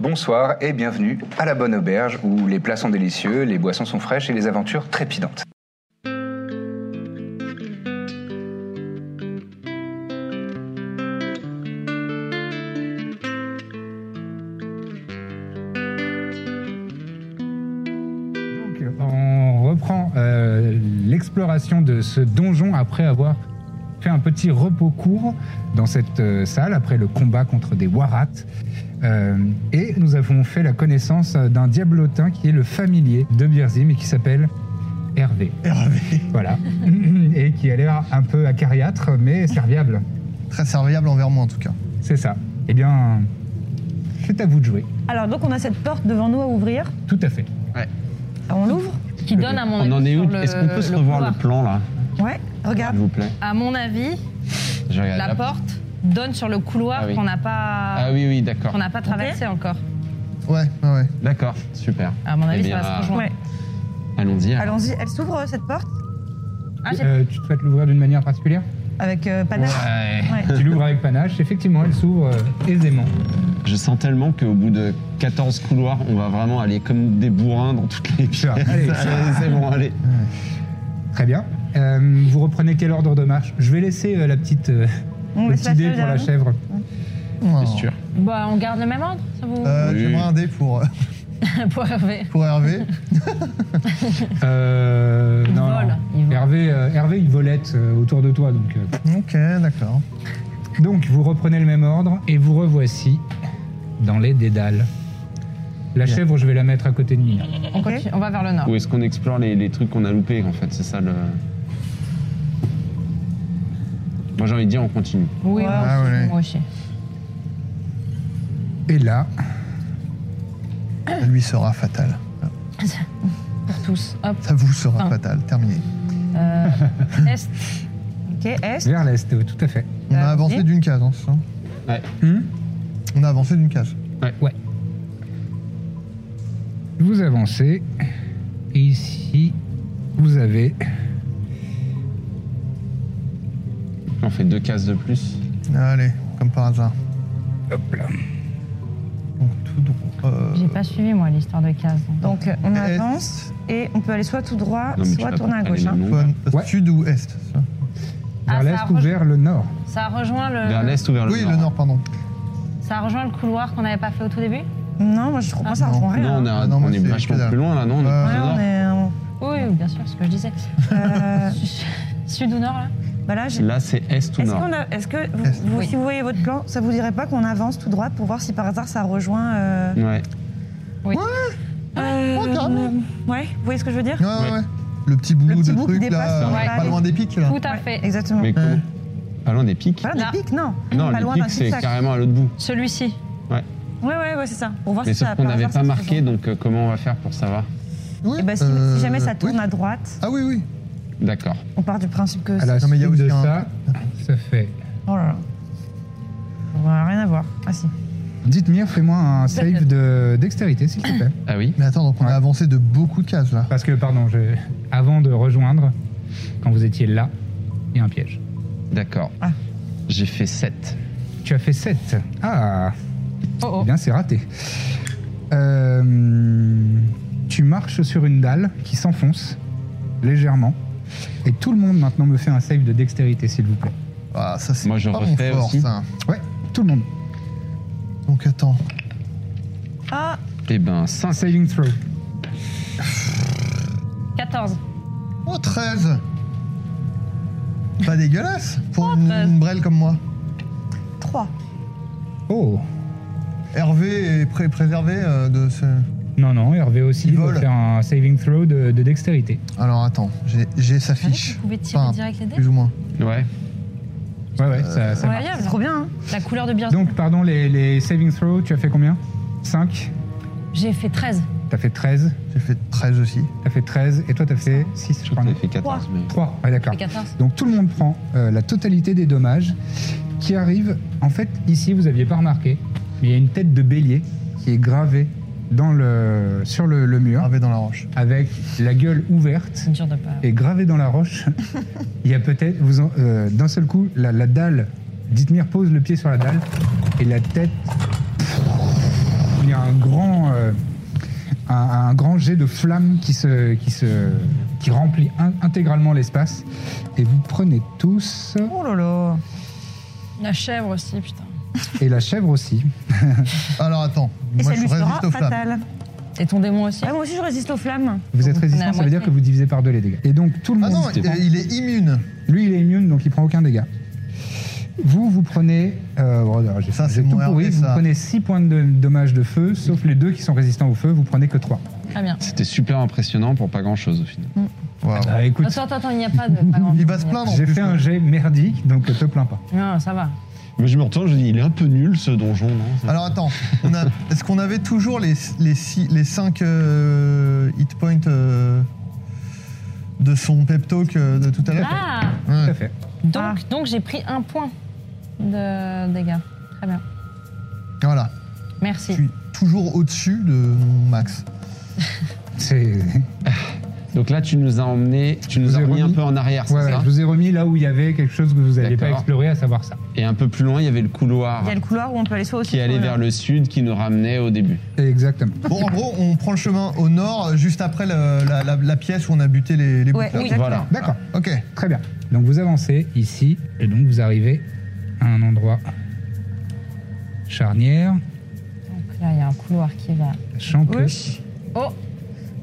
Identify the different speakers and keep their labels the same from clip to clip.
Speaker 1: Bonsoir et bienvenue à la Bonne Auberge où les plats sont délicieux, les boissons sont fraîches et les aventures trépidantes.
Speaker 2: Donc, on reprend euh, l'exploration de ce donjon après avoir fait un petit repos court dans cette euh, salle après le combat contre des warats. Euh, et nous avons fait la connaissance d'un diablotin qui est le familier de Birzim et qui s'appelle Hervé.
Speaker 3: Hervé.
Speaker 2: Voilà. et qui a l'air un peu acariâtre mais serviable.
Speaker 3: Très serviable envers moi en tout cas.
Speaker 2: C'est ça. Eh bien, c'est à vous de jouer.
Speaker 4: Alors donc on a cette porte devant nous à ouvrir.
Speaker 2: Tout à fait.
Speaker 4: Alors, on l'ouvre
Speaker 5: qui donne à mon avis.
Speaker 6: On en est
Speaker 5: sur
Speaker 6: où
Speaker 5: le-
Speaker 6: Est-ce qu'on peut se revoir
Speaker 5: couloir.
Speaker 6: le plan là,
Speaker 4: Ouais. Regarde.
Speaker 6: s'il vous plaît
Speaker 5: À mon avis,
Speaker 6: Je regarde
Speaker 5: la
Speaker 6: là.
Speaker 5: porte donne sur le couloir
Speaker 6: Ah oui.
Speaker 5: qu'on n'a pas
Speaker 6: Ah oui, oui, d'accord.
Speaker 5: qu'on n'a pas traversé encore.
Speaker 3: Ouais, ouais, ouais.
Speaker 6: D'accord, super.
Speaker 5: À mon
Speaker 6: Eh
Speaker 5: avis,
Speaker 6: bien,
Speaker 5: ça va se rejoindre.
Speaker 4: Ouais.
Speaker 6: Allons-y. alors.
Speaker 4: Allons-y. Elle s'ouvre euh, cette porte
Speaker 5: Ah, j'ai-
Speaker 2: Euh, tu te souhaites l'ouvrir d'une manière particulière
Speaker 4: avec euh, panache. Ouais.
Speaker 2: Tu l'ouvres avec panache. Effectivement, elle s'ouvre euh, aisément.
Speaker 6: Je sens tellement qu'au bout de 14 couloirs, on va vraiment aller comme des bourrins dans toutes les
Speaker 2: Ça,
Speaker 6: pièces.
Speaker 2: allez, ça
Speaker 6: Allez, c'est bon, allez.
Speaker 2: Très bien. Euh, vous reprenez quel ordre de marche Je vais laisser euh, la petite euh,
Speaker 4: On
Speaker 2: le
Speaker 4: laisse
Speaker 2: petit
Speaker 4: la
Speaker 2: dé
Speaker 4: seule
Speaker 2: pour la
Speaker 4: derrière
Speaker 2: chèvre.
Speaker 3: C'est
Speaker 6: sûr.
Speaker 5: Bah, on garde le même ordre, ça vous
Speaker 3: Euh,
Speaker 6: Oui.
Speaker 3: J'aimerais un dé pour,
Speaker 5: pour Hervé.
Speaker 3: pour Hervé.
Speaker 2: Euh,
Speaker 5: Il vole, il vole.
Speaker 2: Hervé, euh, Hervé, il volette euh, autour de toi. Donc, euh.
Speaker 3: ok, d'accord.
Speaker 2: donc vous reprenez le même ordre et vous revoici dans les dédales. La chèvre, je vais la mettre à côté de Mia.
Speaker 5: On, continue, on va vers le nord.
Speaker 6: Ou est-ce qu'on explore les, les trucs qu'on a loupés en fait C'est ça le. Moi j'ai envie de dire, on continue.
Speaker 5: Oui, moi
Speaker 3: Ah,
Speaker 5: aussi,
Speaker 3: ouais.
Speaker 5: moi aussi.
Speaker 2: Et là,
Speaker 3: Ça lui sera fatal.
Speaker 5: Pour tous. Hop.
Speaker 3: Ça vous sera
Speaker 4: Ah.
Speaker 5: Enfin.
Speaker 3: fatal. Terminé.
Speaker 5: Euh, est.
Speaker 4: Ok. Est.
Speaker 2: vers l'est, oui, tout à fait.
Speaker 3: On a
Speaker 4: Euh,
Speaker 3: avancé
Speaker 4: dé
Speaker 3: d'une case. hein, c'est ça Hmm
Speaker 2: Hum
Speaker 3: On a avancé d'une case.
Speaker 2: Ouais. Vous avancez. Et ici, vous avez
Speaker 6: On fait deux cases de plus.
Speaker 3: Allez, comme par hasard. Hop là. Donc tout droit. euh,
Speaker 5: J'ai pas suivi moi l'histoire de case.
Speaker 4: Donc euh, on
Speaker 3: Est.
Speaker 4: avance et on peut aller soit tout droit,
Speaker 6: Non, mais tu
Speaker 4: soit
Speaker 6: vas
Speaker 4: tourner
Speaker 6: pas
Speaker 4: à
Speaker 6: aller
Speaker 4: gauche.
Speaker 6: les
Speaker 4: hein.
Speaker 6: longues.
Speaker 3: bonne-
Speaker 2: Ouais.
Speaker 3: euh, Sud ou est ça
Speaker 2: vers
Speaker 5: Ah, ça
Speaker 2: l'est ou
Speaker 5: rejoint-
Speaker 2: vers le nord.
Speaker 5: Ça rejoint le.
Speaker 6: Vers l'est ou vers Ah, le
Speaker 3: Oui,
Speaker 6: nord
Speaker 3: le nord, pardon.
Speaker 5: Ça rejoint le couloir qu'on n'avait pas fait au tout début.
Speaker 4: hein. Non, moi je trouve moi, ça
Speaker 3: Ah,
Speaker 4: rejoint
Speaker 3: non.
Speaker 4: rien.
Speaker 6: Non, on,
Speaker 3: Ah
Speaker 6: a,
Speaker 3: non, moi,
Speaker 6: on est
Speaker 3: c'est que
Speaker 6: vachement
Speaker 3: dalle.
Speaker 6: plus loin là, non on est
Speaker 3: Ouais,
Speaker 6: plus
Speaker 4: Ouais,
Speaker 6: au nord.
Speaker 4: on est. on-
Speaker 5: Oui, oui, bien sûr, c'est ce que je disais.
Speaker 4: euh,
Speaker 5: Sud ou nord là
Speaker 4: bah là, j'ai-
Speaker 6: Là c'est est ou
Speaker 4: Est-ce
Speaker 6: nord.
Speaker 4: qu'on a- est-ce que vous,
Speaker 3: Est.
Speaker 4: vous-
Speaker 5: Oui.
Speaker 4: si vous voyez votre plan, ça vous dirait pas qu'on avance tout droit pour voir si par hasard ça rejoint euh,
Speaker 6: Ouais.
Speaker 4: euh,
Speaker 3: Oh, carrément.
Speaker 4: Ouais, vous voyez ce que je veux dire
Speaker 3: Ouais, ouais, ouais. Le petit bout
Speaker 4: Le petit
Speaker 3: de
Speaker 4: bout qui
Speaker 3: truc
Speaker 4: dépasse,
Speaker 3: là, euh,
Speaker 5: on va
Speaker 3: pas
Speaker 5: aller.
Speaker 3: loin des pics là.
Speaker 5: Tout à
Speaker 4: Ouais,
Speaker 5: fait.
Speaker 4: Exactement.
Speaker 6: Mais comment Pas loin des pics
Speaker 4: Voilà,
Speaker 5: Là.
Speaker 4: des pics, non.
Speaker 6: Non,
Speaker 4: Euh. pas
Speaker 6: les
Speaker 4: loin
Speaker 6: pics
Speaker 4: d'un
Speaker 6: c'est
Speaker 4: tic-tac.
Speaker 6: carrément à l'autre bout.
Speaker 5: Celui-ci.
Speaker 4: Ouais, ouais, ouais, c'est ça. Pour voir
Speaker 6: Mais
Speaker 4: si ça
Speaker 6: sauf qu'on
Speaker 4: par
Speaker 6: n'avait
Speaker 4: hasard, ça
Speaker 6: pas
Speaker 4: se
Speaker 6: marqué,
Speaker 4: présente.
Speaker 6: donc euh, comment on va faire pour savoir
Speaker 3: Oui,
Speaker 4: Eh ben, si, si
Speaker 3: euh,
Speaker 4: jamais ça
Speaker 3: oui.
Speaker 4: tourne à droite,
Speaker 3: Ah oui, oui.
Speaker 6: D'accord.
Speaker 4: on part du principe que.
Speaker 2: À la
Speaker 3: Non, mais il y a
Speaker 2: suite de
Speaker 3: aussi un-
Speaker 2: ça, ça fait.
Speaker 4: Oh là là. On va rien à voir. Ah si.
Speaker 2: Dites-moi, fais-moi un save de dextérité, s'il te plaît.
Speaker 6: Ah oui
Speaker 3: Mais attends, donc on
Speaker 2: Ouais.
Speaker 3: a avancé de beaucoup de cases là.
Speaker 2: Parce que, pardon, je... avant de rejoindre, quand vous étiez là, il y a un piège.
Speaker 6: D'accord.
Speaker 4: Ah.
Speaker 6: J'ai fait 7.
Speaker 2: Tu as fait 7. Ah
Speaker 5: Oh,
Speaker 2: Eh
Speaker 5: oh.
Speaker 2: bien, c'est raté. Euh, tu marches sur une dalle qui s'enfonce légèrement. Et tout le monde maintenant me fait un save de dextérité, s'il vous plaît.
Speaker 3: Ah, ça c'est
Speaker 6: Moi, je
Speaker 3: pas mon
Speaker 6: refais
Speaker 3: fort
Speaker 6: aussi.
Speaker 3: ça.
Speaker 2: Ouais, tout le monde.
Speaker 3: Donc attends.
Speaker 4: Ah
Speaker 6: Eh ben 5.
Speaker 2: Un saving throw.
Speaker 5: 14.
Speaker 3: Oh, 13 Pas dégueulasse pour
Speaker 4: Oh,
Speaker 3: une,
Speaker 5: 13.
Speaker 3: une brêle comme moi.
Speaker 4: 3.
Speaker 2: Oh
Speaker 3: Hervé est pré- préservé euh, de ce...
Speaker 2: Non, non, Hervé aussi
Speaker 3: Il
Speaker 2: doit
Speaker 3: vole.
Speaker 2: faire un saving throw de, de dextérité.
Speaker 3: Alors attends, j'ai- j'ai sa
Speaker 5: Ah oui,
Speaker 3: fiche.
Speaker 5: Vous pouvez tirer
Speaker 3: Enfin,
Speaker 5: direct les dés
Speaker 3: Plus ou moins.
Speaker 6: Ouais.
Speaker 2: Ouais, ouais, ça, ça
Speaker 5: Ouais.
Speaker 2: marche.
Speaker 5: Incroyable.
Speaker 4: C'est trop bien. hein.
Speaker 5: La couleur de bien.
Speaker 2: Donc, pardon, les, les saving throw, tu as fait combien 5
Speaker 5: J'ai fait 13.
Speaker 2: T'as fait 13
Speaker 3: J'ai fait 13 aussi.
Speaker 2: T'as fait 13 et toi t'as fait 6, je
Speaker 6: Je crois
Speaker 2: crois.
Speaker 6: que t'avais fait 14, mais.
Speaker 2: 3, ouais, d'accord.
Speaker 5: J'ai fait 14.
Speaker 2: Donc tout le monde prend euh, la totalité des dommages qui arrivent. En fait, ici, vous n'aviez pas remarqué, mais il y a une tête de bélier qui est gravée dans le, sur le, le mur
Speaker 3: Gravé dans la roche.
Speaker 2: avec la gueule ouverte
Speaker 5: C'est dur de pas.
Speaker 2: et gravée dans la roche. il y a peut-être, vous en- euh, d'un seul coup, la, la dalle. Dithmir pose le pied sur la dalle et la tête. Il y a un grand, euh, un, un grand jet de flamme qui se, qui se, qui remplit in- intégralement l'espace. Et vous prenez tous
Speaker 4: Oh là là.
Speaker 5: La chèvre aussi, putain.
Speaker 2: et la chèvre aussi.
Speaker 3: Alors attends,
Speaker 4: Et
Speaker 3: moi
Speaker 4: ça
Speaker 3: je
Speaker 4: lui sera
Speaker 3: résiste aux flammes.
Speaker 4: fatal.
Speaker 5: Et ton démon aussi
Speaker 4: Ah, moi aussi, je résiste aux flammes.
Speaker 2: Vous êtes
Speaker 5: Donc, on a
Speaker 2: résistant,
Speaker 5: la
Speaker 2: ça veut dire
Speaker 5: moitié.
Speaker 2: que vous divisez par deux les dégâts. Et donc tout le
Speaker 3: Ah
Speaker 2: monde.
Speaker 3: non, il, il est immune.
Speaker 2: Lui, il est immune, donc il prend aucun dégât. Vous, vous prenez. euh, bon, alors, j'ai
Speaker 3: Ça,
Speaker 2: j'ai
Speaker 3: c'est
Speaker 2: tout
Speaker 3: mon RP,
Speaker 2: pourri. Vous
Speaker 3: ça.
Speaker 2: prenez 6 points de dommages de feu, sauf les deux qui sont résistants au feu, vous prenez que 3.
Speaker 5: Très bien.
Speaker 6: C'était super impressionnant pour pas grand chose au final.
Speaker 3: Waouh.
Speaker 2: Bah écoute,
Speaker 5: Attends, attends, attends, il n'y a pas de. pas grand-
Speaker 3: Il va se plaindre. en
Speaker 2: Ah, j'ai
Speaker 3: plus,
Speaker 2: fait un jet merdique, donc te plains pas.
Speaker 5: Non, ça va.
Speaker 6: Mais je me retourne, je dis, il est un peu nul ce donjon, non Ça-
Speaker 3: Alors attends, on a- est-ce qu'on avait toujours les, les, six- les 5 hit points euh, de son pep talk euh, de tout à l'heure
Speaker 5: Ah
Speaker 2: Tout
Speaker 3: Ouais.
Speaker 2: à fait.
Speaker 5: Donc, donc j'ai pris un point de dégâts. Très bien. Ah.
Speaker 3: Voilà, je
Speaker 5: Merci.
Speaker 3: suis toujours au-dessus de mon max.
Speaker 2: C'est.
Speaker 6: Donc là, tu nous as emmené, tu
Speaker 2: vous
Speaker 6: nous as
Speaker 2: ai
Speaker 6: remis un
Speaker 2: remis-
Speaker 6: peu en arrière, c'est
Speaker 2: Ouais,
Speaker 6: ça
Speaker 2: je vous ai remis là où il y avait quelque chose que vous n'aviez pas
Speaker 6: D'accord.
Speaker 2: exploré, à savoir ça.
Speaker 6: Et un peu plus loin, il y avait le couloir
Speaker 4: Il y a le couloir où on peut aller soit au
Speaker 6: qui allait vers le sud, qui nous ramenait au début.
Speaker 2: Exactement.
Speaker 3: Bon, en gros, on prend le chemin au nord, euh, juste après le- la, la- la pièce où on a buté les, les
Speaker 4: Ouais,
Speaker 3: boucles.
Speaker 4: oui.
Speaker 6: Voilà.
Speaker 2: D'accord,
Speaker 3: Ok,
Speaker 2: très bien. Donc vous avancez ici, et donc vous arrivez à un endroit charnière,
Speaker 5: Donc là, il y a un couloir qui va.
Speaker 2: chanceux.
Speaker 4: Wesh.
Speaker 5: Oh,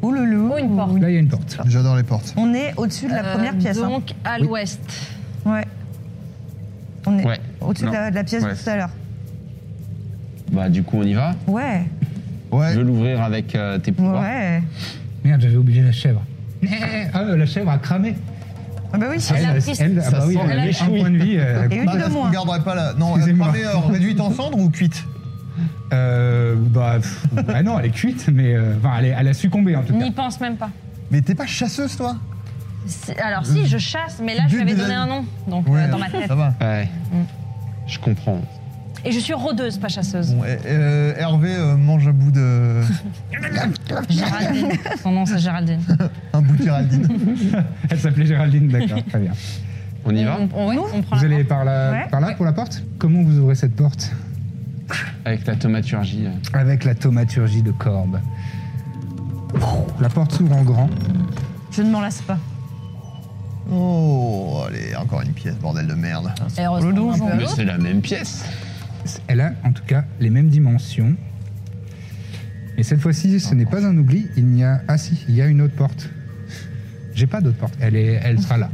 Speaker 4: Ouh là là.
Speaker 5: Oh, une porte.
Speaker 2: Là, il y a une porte.
Speaker 3: j'adore les portes.
Speaker 4: On est au-dessus de la
Speaker 5: euh,
Speaker 4: première pièce. hein.
Speaker 5: Donc à
Speaker 2: Oui.
Speaker 5: l'ouest.
Speaker 4: Ouais. On est
Speaker 6: Ouais.
Speaker 4: au-dessus de la, de la pièce
Speaker 6: Ouais.
Speaker 4: de tout à l'heure.
Speaker 6: Bah du coup, on y va.
Speaker 4: Ouais.
Speaker 6: Je
Speaker 3: Ouais,
Speaker 6: vais l'ouvrir avec euh, tes pouvoirs.
Speaker 4: Ouais.
Speaker 2: Merde, j'avais oublié la chèvre. Ah, la chèvre a cramé.
Speaker 4: Ah bah oui. c'est-
Speaker 5: Elle a pris-
Speaker 2: ah bah oui,
Speaker 6: sent
Speaker 2: elle
Speaker 5: la
Speaker 2: a un
Speaker 6: méchouille.
Speaker 2: point de vie. euh,
Speaker 4: Et une
Speaker 3: bah,
Speaker 4: de
Speaker 3: est-ce qu'on
Speaker 4: moins.
Speaker 3: garderait pas la. Non,
Speaker 2: Excusez-moi.
Speaker 3: cramée, euh, réduite en cendres ou cuite
Speaker 2: Euh, bah, pff, bah non, elle est cuite, mais euh, enfin, elle, est- elle a succombé en tout cas.
Speaker 5: N'y pense même pas.
Speaker 3: Mais t'es pas chasseuse, toi
Speaker 5: C'est- Alors si, je chasse, mais là, je
Speaker 3: Du
Speaker 5: lui avais
Speaker 3: des
Speaker 5: donné un
Speaker 3: amis.
Speaker 5: nom. Donc euh, dans ma tête.
Speaker 3: ça va.
Speaker 6: Ouais. Je comprends.
Speaker 5: Et je suis rôdeuse, pas chasseuse.
Speaker 3: Bon, et- euh, Hervé euh, mange un bout de.
Speaker 5: Géraldine. Son nom, c'est Géraldine.
Speaker 3: un bout de Géraldine.
Speaker 2: Elle s'appelait Géraldine, d'accord, très bien.
Speaker 6: On y va
Speaker 5: On, on- ouais, on prend
Speaker 2: Vous
Speaker 5: la
Speaker 2: allez par là,
Speaker 4: Ouais.
Speaker 2: par là pour la porte Comment vous ouvrez cette porte
Speaker 6: Avec la tomaturgie. euh.
Speaker 2: Avec la thaumaturgie de Corbe. La porte s'ouvre en grand.
Speaker 4: Je ne m'en lasse pas.
Speaker 3: Oh, allez, encore une pièce, bordel de merde.
Speaker 5: porte. Elle ressemble un peu à
Speaker 6: Mais
Speaker 5: l'autre.
Speaker 6: c'est la même pièce.
Speaker 2: Elle a en tout cas les mêmes dimensions. Mais cette fois-ci, ce n'est pas un oubli. Il n'y a. Ah si, il y a une autre porte. J'ai pas d'autre porte. Elle, est, elle sera là,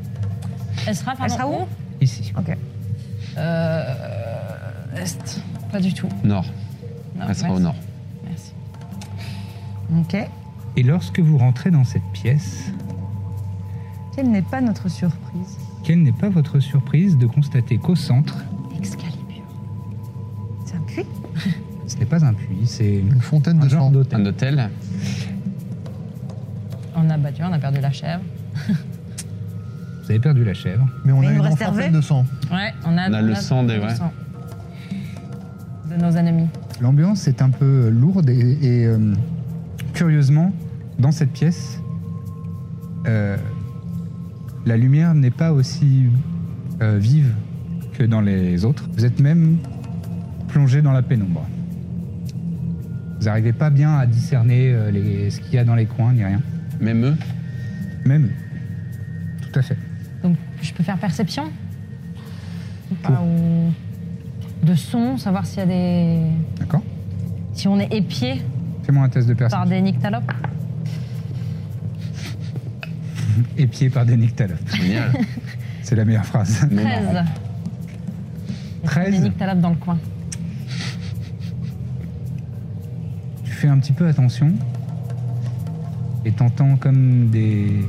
Speaker 5: Elle sera, pardon,
Speaker 4: Elle sera où
Speaker 2: ici.
Speaker 4: Ok.
Speaker 5: Euh, Est. Pas du tout.
Speaker 6: Nord.
Speaker 5: Non,
Speaker 6: Elle sera au
Speaker 5: merci.
Speaker 6: nord.
Speaker 5: Merci.
Speaker 4: Ok.
Speaker 2: Et lorsque vous rentrez dans cette pièce,
Speaker 4: Quelle n'est pas notre surprise
Speaker 2: quelle n'est pas votre surprise de constater qu'au centre,
Speaker 5: Excalibur.
Speaker 4: C'est un puits
Speaker 2: ce n'est pas un puits, c'est
Speaker 3: Une fontaine
Speaker 2: un
Speaker 3: de
Speaker 2: genre
Speaker 3: sang.
Speaker 2: d'hôtel.
Speaker 6: Un hôtel.
Speaker 5: On a battu, on a perdu la chèvre.
Speaker 2: Vous avez perdu la chèvre.
Speaker 3: Mais on
Speaker 4: Mais
Speaker 3: a
Speaker 4: il
Speaker 3: une
Speaker 4: nous
Speaker 3: grande
Speaker 4: reste
Speaker 3: fontaine
Speaker 4: Hervé
Speaker 3: de sang.
Speaker 5: Ouais, on a,
Speaker 6: On a le sang des-
Speaker 5: le
Speaker 6: ouais.
Speaker 5: sang de nos ennemis.
Speaker 2: L'ambiance est un peu lourde et, et, euh, curieusement, dans cette pièce, euh, la lumière n'est pas aussi euh, vive que dans les autres. Vous êtes même plongé dans la pénombre. Vous n'arrivez pas bien à discerner euh, les- ce qu'il y a dans les coins ni rien.
Speaker 6: Même eux.
Speaker 2: Même. Tout à fait.
Speaker 5: Donc, je peux faire perception Ou pas, ou De son, savoir s'il y a des.
Speaker 2: D'accord
Speaker 5: Si on est épié
Speaker 2: Fais-moi un test de
Speaker 5: par
Speaker 2: personne.
Speaker 5: des nyctalopes.
Speaker 2: Épié par des nyctalopes.
Speaker 6: Génial.
Speaker 2: C'est la meilleure phrase.
Speaker 6: Mais non.
Speaker 5: 13. Il y a
Speaker 2: 13.
Speaker 5: Des nyctalopes dans le coin.
Speaker 2: Tu fais un petit peu attention et t'entends comme des.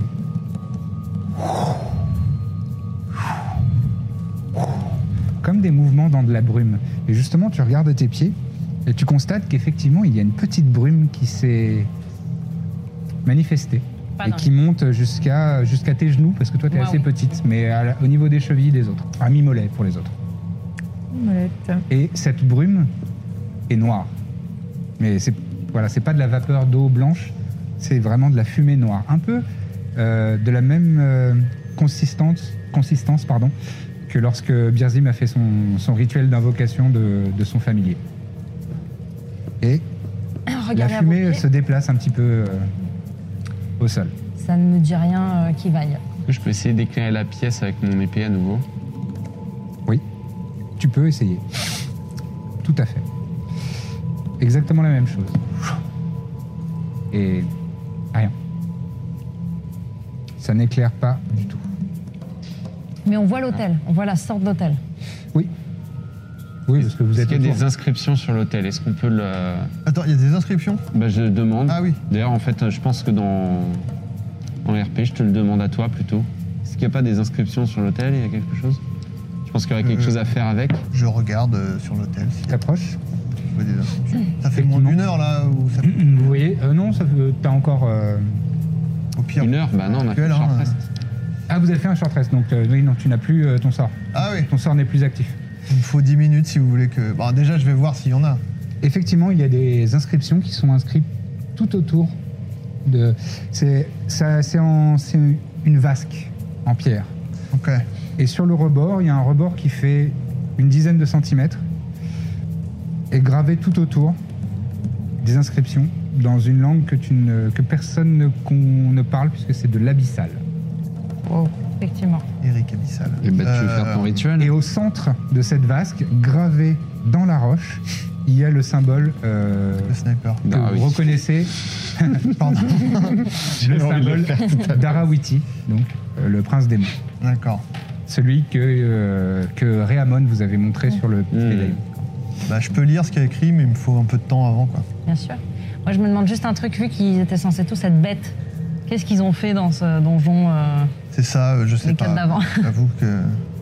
Speaker 2: comme des mouvements dans de la brume. Et justement, tu regardes tes pieds et tu constates qu'effectivement, il y a une petite brume qui s'est manifestée
Speaker 5: Pas
Speaker 2: et
Speaker 5: dans-
Speaker 2: qui monte jusqu'à jusqu'à tes genoux parce que toi, tu es
Speaker 5: Ouais,
Speaker 2: assez
Speaker 5: ouais.
Speaker 2: petite, mais à la- au niveau des chevilles des autres, à mi-mollet pour les autres.
Speaker 4: Molette.
Speaker 2: Et cette brume est noire. Mais c'est voilà, c'est pas de la vapeur d'eau blanche, c'est vraiment de la fumée noire, un peu euh, de la même euh, consistance, consistance pardon, que lorsque Birzim a fait son, son rituel d'invocation de, de son familier. Et la
Speaker 5: Regardez à vos
Speaker 2: fumée
Speaker 5: pieds.
Speaker 2: se déplace un petit peu euh, au sol.
Speaker 5: Ça ne me dit rien euh, qui vaille.
Speaker 6: Est-ce que Je peux essayer d'éclairer la pièce avec mon épée à nouveau.
Speaker 2: Tu peux essayer. Tout à fait. Exactement la même chose. Et rien. Ça n'éclaire pas du tout.
Speaker 5: Mais on voit l'hôtel, on voit la sorte d'hôtel.
Speaker 2: Oui. Oui, parce que vous
Speaker 6: Est-ce
Speaker 2: êtes
Speaker 6: qu'il y a
Speaker 2: autour.
Speaker 6: des inscriptions sur l'hôtel Est-ce qu'on peut le.
Speaker 3: Attends, il y a des inscriptions
Speaker 6: Bah, je le demande.
Speaker 3: Ah oui.
Speaker 6: D'ailleurs, en fait, je pense que dans. En RP, je te le demande à toi plutôt. Est-ce qu'il n'y a pas des inscriptions sur l'hôtel Il y a quelque chose Je pense qu'il y aurait quelque
Speaker 3: Euh.
Speaker 6: chose à faire avec.
Speaker 3: Je regarde euh, sur l'hôtel si
Speaker 2: T'approches
Speaker 3: je vois des inscriptions. Ça fait moins
Speaker 2: Effectivement.
Speaker 3: d'une heure là où ça fait
Speaker 2: Vous voyez euh, Non, ça, euh, t'as encore. euh,
Speaker 3: au pire.
Speaker 6: Une heure Bah non, on a fait
Speaker 3: Actuel,
Speaker 6: le
Speaker 3: hein.
Speaker 6: short rest.
Speaker 2: Ah, vous avez fait un short rest, donc euh, oui, non, tu n'as plus euh, ton sort.
Speaker 3: Ah oui,
Speaker 2: Ton sort n'est plus actif.
Speaker 3: il me faut 10 minutes si vous voulez que. Bon, déjà, je vais voir s'il y en a.
Speaker 2: Effectivement, il y a des inscriptions qui sont inscrites tout autour de. C'est ça- c'est en- c'est une vasque en pierre.
Speaker 3: Ok.
Speaker 2: Et sur le rebord, il y a un rebord qui fait une dizaine de centimètres et gravé tout autour des inscriptions dans une langue que, tu ne- que personne ne, qu'on ne parle puisque c'est de l'abyssal.
Speaker 5: Effectivement.
Speaker 3: Eric Abyssal.
Speaker 6: Et bah, tu veux
Speaker 3: Euh,
Speaker 6: faire ton rituel
Speaker 2: Et au centre de cette vasque, gravé dans la roche, il y a le symbole euh,
Speaker 3: Le sniper.
Speaker 2: que
Speaker 6: Ah
Speaker 2: vous
Speaker 6: oui.
Speaker 2: reconnaissez, pardon, le
Speaker 6: envie de le
Speaker 2: symbole
Speaker 6: faire
Speaker 2: d'Arawiti, donc euh, le prince des mots.
Speaker 3: D'accord.
Speaker 2: Celui que, euh, que Réamon vous avait montré sur le petit
Speaker 6: Mm.
Speaker 2: éveil.
Speaker 3: Bah, je peux lire ce qu'il y a écrit, mais il me faut un peu de temps avant quoi.
Speaker 5: Bien sûr. Moi, je me demande juste un truc, vu qu'ils étaient censés tous être bêtes. Qu'est-ce qu'ils ont fait dans ce donjon euh,
Speaker 3: C'est ça, euh, je sais
Speaker 5: Les
Speaker 3: pas.
Speaker 5: quatre d'avant.
Speaker 3: J'avoue que.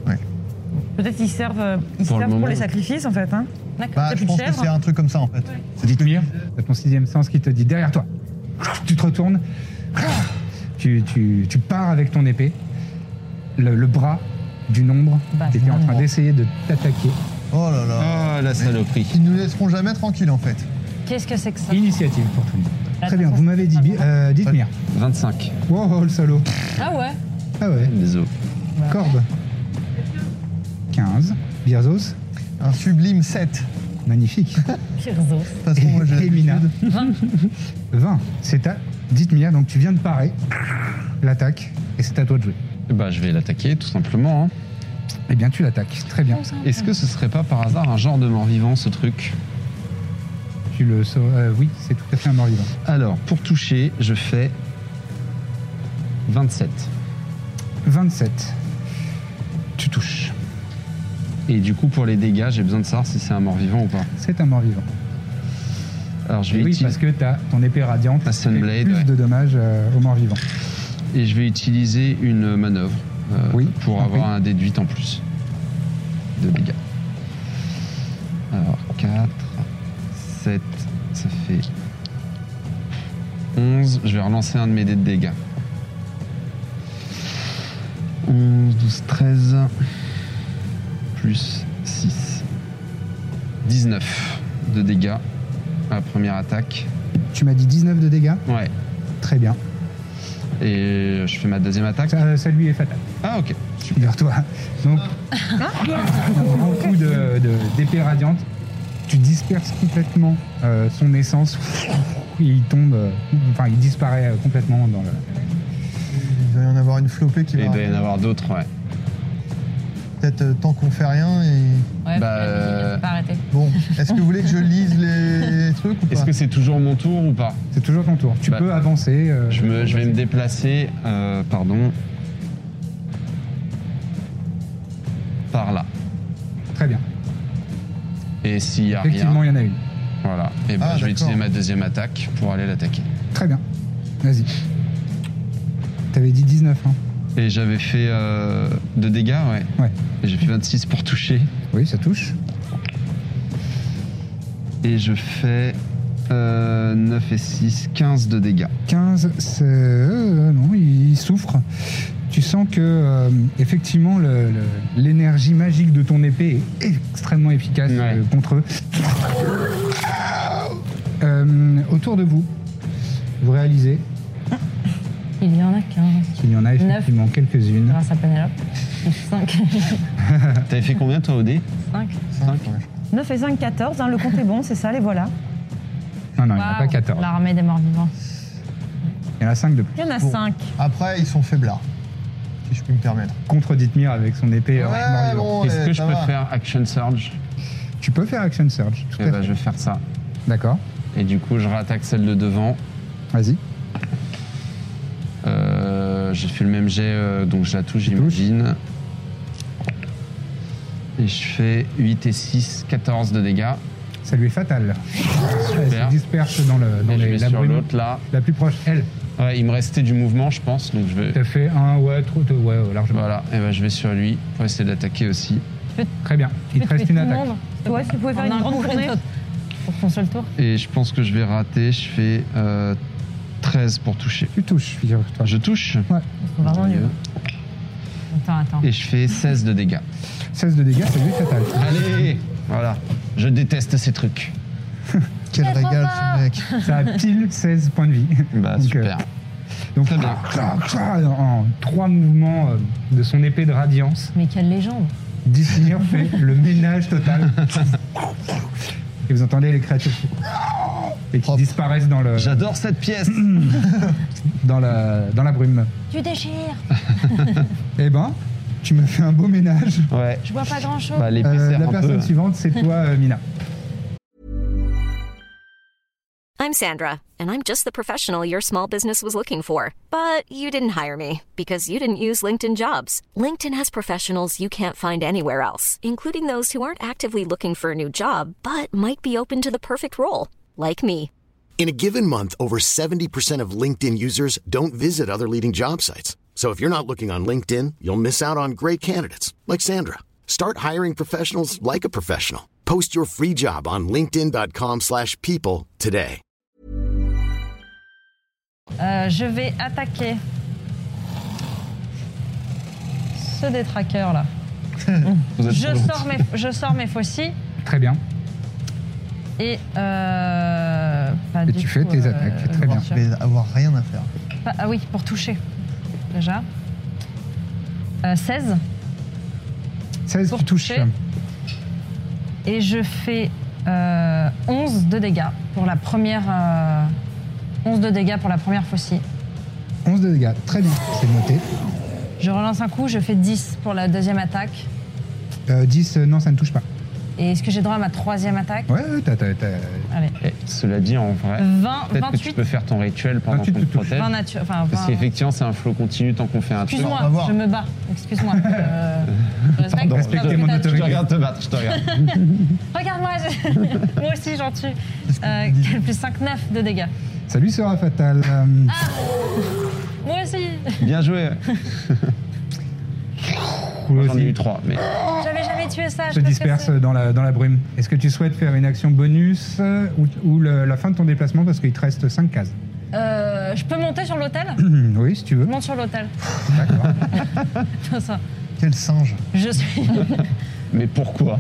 Speaker 3: Ouais.
Speaker 4: Peut-être qu'ils servent, euh, ils
Speaker 6: Pour
Speaker 4: servent
Speaker 6: le
Speaker 4: pour,
Speaker 6: moment.
Speaker 4: les sacrifices en fait. Hein.
Speaker 5: D'accord.
Speaker 3: Bah,
Speaker 4: T'as
Speaker 3: je
Speaker 4: plus de
Speaker 3: pense que
Speaker 4: chèvre
Speaker 3: c'est un truc comme ça en fait.
Speaker 2: Dites-moi, t'as ton sixième sens qui te dit derrière toi. Tu te retournes, tu, tu- tu pars avec ton épée, le, le bras d'une ombre
Speaker 5: Bah,
Speaker 2: qui était en train
Speaker 5: vraiment.
Speaker 2: d'essayer de t'attaquer.
Speaker 3: Oh là là.
Speaker 6: Oh la saloperie.
Speaker 3: Ils nous laisseront jamais tranquilles en fait.
Speaker 5: Qu'est-ce que c'est que ça
Speaker 2: Initiative pour tout le monde. Très bien,
Speaker 5: ça,
Speaker 2: vous m'avez dit,
Speaker 5: c'est
Speaker 2: bi-
Speaker 5: pas
Speaker 2: euh, dites-moi.
Speaker 6: 25.
Speaker 2: Wow, oh, le salaud.
Speaker 5: Ah ouais
Speaker 2: Ah ouais,
Speaker 6: Désolé.
Speaker 2: corde. 15. Birzos,
Speaker 3: Un sublime 7.
Speaker 2: magnifique.
Speaker 5: Kirzo.
Speaker 3: De toute façon, moi j'ai
Speaker 2: Et Mina.
Speaker 3: l'habitude.
Speaker 2: 20. C'est à. Dites-moi, donc tu viens de parer l'attaque et c'est à toi de jouer.
Speaker 6: Bah, je vais l'attaquer tout simplement. hein.
Speaker 2: Eh bien, tu l'attaques. Très
Speaker 5: Oh,
Speaker 2: bien.
Speaker 6: Est-ce que ce serait pas par hasard un genre de mort-vivant ce truc
Speaker 2: Tu le sau- euh, oui, c'est tout à fait un mort-vivant.
Speaker 6: Alors, pour toucher, je fais 27.
Speaker 2: 27.
Speaker 6: Tu touches. Et du coup, pour les dégâts, j'ai besoin de savoir si c'est un mort-vivant ou pas.
Speaker 2: C'est un mort-vivant.
Speaker 6: Alors, je
Speaker 2: Et
Speaker 6: vais
Speaker 2: Eh Oui,
Speaker 6: utiliser-
Speaker 2: parce que t'as ton épée radiante.
Speaker 6: La
Speaker 2: qui fait
Speaker 6: Sunblade,
Speaker 2: plus
Speaker 6: ouais.
Speaker 2: de dommages euh, aux morts-vivants.
Speaker 6: et je vais utiliser une manœuvre euh,
Speaker 2: Oui,
Speaker 6: pour
Speaker 2: je t'en
Speaker 6: avoir
Speaker 2: prie.
Speaker 6: un déduit en plus de dégâts. Alors 4, 7, ça fait 11. Je vais relancer un de mes dés de dégâts. 11, 12, 13, plus 6. 19 de dégâts à la première attaque.
Speaker 2: Tu m'as dit 19 de dégâts.
Speaker 6: Ouais.
Speaker 2: Très bien.
Speaker 6: Et je fais ma deuxième attaque.
Speaker 2: Ça, euh, ça lui est fatal.
Speaker 6: Ah ok.
Speaker 2: Figure-toi. Donc, un grand coup de- de- d'épée radiante. Tu disperses complètement euh, son essence. Et il tombe. euh, enfin, il disparaît euh, complètement dans le.
Speaker 3: Il doit y en avoir une flopée qui
Speaker 6: Et il
Speaker 3: va.
Speaker 6: doit y en avoir d'autres, ouais.
Speaker 3: Peut-être euh, tant qu'on fait rien et.
Speaker 5: Ouais,
Speaker 6: Bah,
Speaker 5: la musique, pas arrêter.
Speaker 3: Bon, est-ce que vous voulez que je lise les trucs ou pas
Speaker 6: Est-ce que c'est toujours mon tour ou pas
Speaker 2: C'est toujours ton tour. Tu
Speaker 6: Bah,
Speaker 2: peux avancer. euh,
Speaker 6: je, me- je vais me déplacer, euh, pardon, par là.
Speaker 2: Très bien.
Speaker 6: Et s'il n'y a Ah,
Speaker 2: Effectivement,
Speaker 6: rien,
Speaker 2: il y en a une.
Speaker 6: voilà. Et ben,
Speaker 3: Ah,
Speaker 6: je vais
Speaker 3: d'accord.
Speaker 6: utiliser ma deuxième attaque pour aller l'attaquer.
Speaker 2: Très bien. Vas-y. T'avais dit 19, hein
Speaker 6: Et j'avais fait euh, de dégâts, ouais.
Speaker 2: Ouais.
Speaker 6: Et j'ai fait 26 pour toucher.
Speaker 2: Oui, ça touche.
Speaker 6: Et je fais euh, 9 et 6, 15 de dégâts.
Speaker 2: 15, c'est. euh, non, il, il souffre. Tu sens que, euh, effectivement, le- le- l'énergie magique de ton épée est extrêmement efficace
Speaker 6: Ouais.
Speaker 2: euh, contre eux. Euh, autour de vous, vous réalisez
Speaker 5: Il y en a 15.
Speaker 2: qu'il y en a
Speaker 5: Neuf.
Speaker 2: effectivement quelques-unes.
Speaker 5: Grâce à Penelope. 5.
Speaker 6: T'avais fait combien toi au dé
Speaker 5: 5.
Speaker 6: 5
Speaker 4: 9 et 5, 14. hein, le compte est bon, c'est ça, les voilà.
Speaker 2: Non, non, il n'y en a pas 14.
Speaker 5: L'armée des morts vivants.
Speaker 2: Il y en a 5 de plus.
Speaker 4: Il y en a
Speaker 3: Bon.
Speaker 4: 5.
Speaker 3: Après, ils sont faiblards, si je puis me permettre.
Speaker 2: Contre Dithmir avec son épée. euh,
Speaker 3: Ouais,
Speaker 2: mort-vivant.
Speaker 3: bon.
Speaker 6: Est-ce que
Speaker 3: Ouais,
Speaker 6: je
Speaker 3: ça
Speaker 6: peux
Speaker 3: va.
Speaker 6: faire Action Surge
Speaker 2: Tu peux faire Action Surge, tout
Speaker 6: Eh
Speaker 2: à
Speaker 6: ben,
Speaker 2: fait.
Speaker 6: je vais faire ça.
Speaker 2: D'accord,
Speaker 6: Et du coup, je rattaque celle de devant.
Speaker 2: vas-y.
Speaker 6: Euh, j'ai fait le même jet, euh, donc je la touche, j'imagine. Et je fais 8 et 6, 14 de dégâts.
Speaker 2: Ça lui est fatal. Elle se disperse dans, le, dans
Speaker 6: et je
Speaker 2: les,
Speaker 6: vais
Speaker 2: la
Speaker 6: sur
Speaker 2: brume.
Speaker 6: l'autre là.
Speaker 2: La plus proche, elle.
Speaker 6: Ouais, il me restait du mouvement, je pense, donc je vais.
Speaker 2: T'as fait un, ouais, trop, de- ouais, ouais, largement.
Speaker 6: Voilà, et ben je vais sur lui pour essayer d'attaquer aussi.
Speaker 2: Très bien. Il te reste une attaque.
Speaker 4: Ouais, si vous pouvez faire
Speaker 5: En
Speaker 4: une
Speaker 5: un
Speaker 4: grande
Speaker 5: coup,
Speaker 4: tournée.
Speaker 5: une autre. Pour ton seul tour.
Speaker 6: Et je pense que je vais rater, je fais euh, 13 pour toucher.
Speaker 2: Tu touches, figure-toi.
Speaker 6: Je touche
Speaker 5: Ils sont vraiment nuls. Attends, attends.
Speaker 6: Et je fais 16 de dégâts.
Speaker 2: 16 de dégâts, ça lui est fatal.
Speaker 6: Allez Voilà, je déteste ces trucs.
Speaker 3: Quel régal, ce mec.
Speaker 2: Ça a pile 16 points de vie.
Speaker 6: Bah
Speaker 2: Donc,
Speaker 6: super.
Speaker 2: Donc,
Speaker 6: Très bien.
Speaker 2: clac, clac, en trois mouvements euh, de son épée de radiance,
Speaker 5: Mais quelle légende.
Speaker 2: Disneyr fait le ménage total. Et vous entendez les créatures qui- et qui
Speaker 3: Propre.
Speaker 2: disparaissent dans, le,
Speaker 6: J'adore cette pièce
Speaker 2: dans, la, dans la brume.
Speaker 5: Tu déchires.
Speaker 2: Eh ben, tu m'as fait un beau ménage.
Speaker 6: Ouais.
Speaker 5: Je vois pas grand chose.
Speaker 6: Bah, l'épée
Speaker 2: Euh,
Speaker 6: sert
Speaker 2: la
Speaker 6: un
Speaker 2: personne
Speaker 6: peu.
Speaker 2: suivante, c'est toi, euh, Mina.
Speaker 7: I'm Sandra, and I'm just the professional your small business was looking for. But you didn't hire me because you didn't use LinkedIn jobs. LinkedIn has professionals you can't find anywhere else, including those who aren't actively looking for a new job but might be open to the perfect role, like me.
Speaker 8: In a given month, over 70% of LinkedIn users don't visit other leading job sites. So if you're not looking on LinkedIn, you'll miss out on great candidates like Sandra. Start hiring professionals like a professional. Post your free job on linkedin.com/people slash people today.
Speaker 5: Euh, je vais attaquer ce détraqueur là.
Speaker 6: Vous êtes
Speaker 5: Je
Speaker 6: trop
Speaker 5: sors, mes, je sors mes faucilles
Speaker 2: Très bien.
Speaker 5: et. euh, pas
Speaker 2: Et
Speaker 5: du
Speaker 2: tu fais
Speaker 5: tout,
Speaker 2: tes attaques, très bien.
Speaker 3: Je vais avoir rien à faire.
Speaker 5: Pas- ah oui, pour toucher déjà. Euh, 16
Speaker 2: 16,
Speaker 5: Pour
Speaker 2: tu touches.
Speaker 5: toucher. et je fais euh, 11 de dégâts pour la première. euh, 11 de dégâts pour la première faucille.
Speaker 2: 11 de dégâts. Très bien, c'est noté.
Speaker 5: Je relance un coup, je fais 10 pour la deuxième attaque.
Speaker 2: Euh, 10, euh, non, ça ne touche pas.
Speaker 5: Et est-ce que j'ai droit à ma troisième attaque
Speaker 2: Ouais, ouais, t'as. t'as- t'as-
Speaker 5: Allez.
Speaker 6: Eh, cela dit, en vrai,
Speaker 5: 20,
Speaker 6: peut-être que tu
Speaker 5: 28
Speaker 6: peux faire ton rituel pendant
Speaker 2: 28
Speaker 6: qu'on te
Speaker 2: te touche.
Speaker 6: protège.
Speaker 5: 20 nature. Enfin, 20
Speaker 6: Parce qu'effectivement, c'est un flot continu tant qu'on fait un truc.
Speaker 3: On va
Speaker 5: Excuse-moi,
Speaker 3: voir.
Speaker 5: je me bats. Excuse-moi. Euh, je respecte.
Speaker 6: Pardon,
Speaker 2: Respectez mon
Speaker 5: Ah,
Speaker 6: Je te
Speaker 2: autorité.
Speaker 6: regarde te battre, je te regarde.
Speaker 5: Regarde-moi, je- moi aussi j'en tue. Euh, quel plus 5, 9 de dégâts.
Speaker 2: Ça lui sera fatal. Euh,
Speaker 5: Ah. Moi aussi,
Speaker 6: Bien joué. J'en
Speaker 2: vous
Speaker 6: ai
Speaker 2: aussi,
Speaker 6: eu 3, mais
Speaker 5: j'avais jamais tué ça.
Speaker 2: se
Speaker 5: sais pas ce que
Speaker 2: disperse
Speaker 5: c'est.
Speaker 2: dans la, dans la brume. Est-ce que tu souhaites faire une action bonus euh, ou, ou le- la fin de ton déplacement parce qu'il te reste 5 cases
Speaker 5: Euh, je peux monter sur l'hôtel
Speaker 2: Hmm, Oui, si tu veux.
Speaker 5: Je monte sur l'hôtel.
Speaker 2: D'accord.
Speaker 5: Tout ça.
Speaker 3: Quel singe.
Speaker 5: Je suis.
Speaker 6: mais pourquoi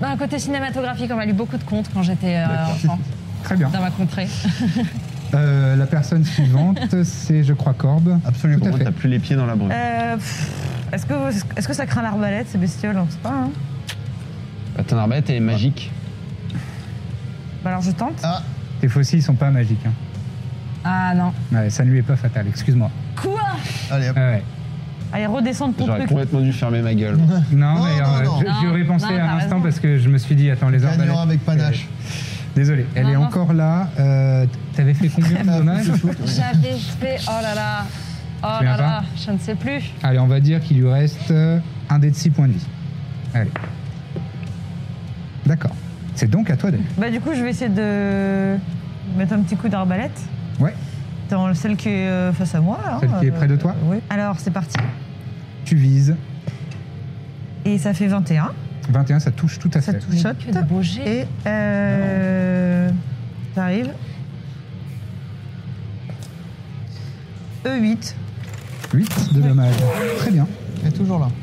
Speaker 5: Bah, Un côté cinématographique, on m'a lu beaucoup de contes quand j'étais euh, enfant,
Speaker 2: Très bien.
Speaker 5: dans ma contrée.
Speaker 2: Euh, la personne suivante, c'est, je crois, Corbe.
Speaker 3: Absolument.
Speaker 2: Tout à
Speaker 6: Pour moi,
Speaker 2: fait.
Speaker 6: t'as plus les pieds dans la brume.
Speaker 4: Euh, pff, Est-ce que, est que ça craint l'arbalète, ces bestioles On sait pas. Hein.
Speaker 6: Bah, ton arbalète, elle est magique.
Speaker 4: Bah, alors, je tente.
Speaker 3: Ah,
Speaker 2: Tes fossiles sont pas magiques. hein.
Speaker 5: Ah non.
Speaker 2: Ouais, ça ne lui est pas fatal, excuse-moi.
Speaker 5: Quoi
Speaker 3: allez, hop.
Speaker 2: Ouais, Ah ouais.
Speaker 4: Allez, redescendre ton
Speaker 6: J'aurais
Speaker 4: truc.
Speaker 6: complètement dû fermer ma gueule.
Speaker 2: Non,
Speaker 3: Non,
Speaker 2: mais
Speaker 3: non,
Speaker 2: euh,
Speaker 3: non.
Speaker 2: je- j'y aurais
Speaker 5: Non,
Speaker 2: pensé
Speaker 5: non,
Speaker 2: à
Speaker 5: t'as
Speaker 2: l'instant
Speaker 5: raison.
Speaker 2: parce que je me suis dit, attends, les arbalètes.
Speaker 3: Gagnant avec panache.
Speaker 2: Désolé, elle
Speaker 5: Non,
Speaker 2: est
Speaker 5: non.
Speaker 2: encore là. Euh, T'avais fait combien de dommages
Speaker 5: J'avais fait. Oh là là. Oh
Speaker 2: viens
Speaker 5: là
Speaker 2: pas
Speaker 5: là, je ne sais plus.
Speaker 2: Allez, on va dire qu'il lui reste euh, un dé de 6 points de vie. Allez. D'accord. C'est donc à toi, Dave.
Speaker 4: Bah, du coup, je vais essayer de mettre un petit coup d'arbalète.
Speaker 2: Ouais.
Speaker 4: dans celle qui est euh, face à moi. hein,
Speaker 2: Celle qui est
Speaker 4: euh,
Speaker 2: près de toi
Speaker 4: Oui. Alors, c'est parti.
Speaker 2: Tu vises.
Speaker 4: Et ça fait 21.
Speaker 2: 21, ça touche tout à
Speaker 4: Ça
Speaker 2: fait.
Speaker 4: touche. Shot.
Speaker 5: Que de beaux jets.
Speaker 4: Et euh, j'arrive. E8.
Speaker 2: 8 de dommage. Très bien.
Speaker 3: Elle est toujours là. Oh.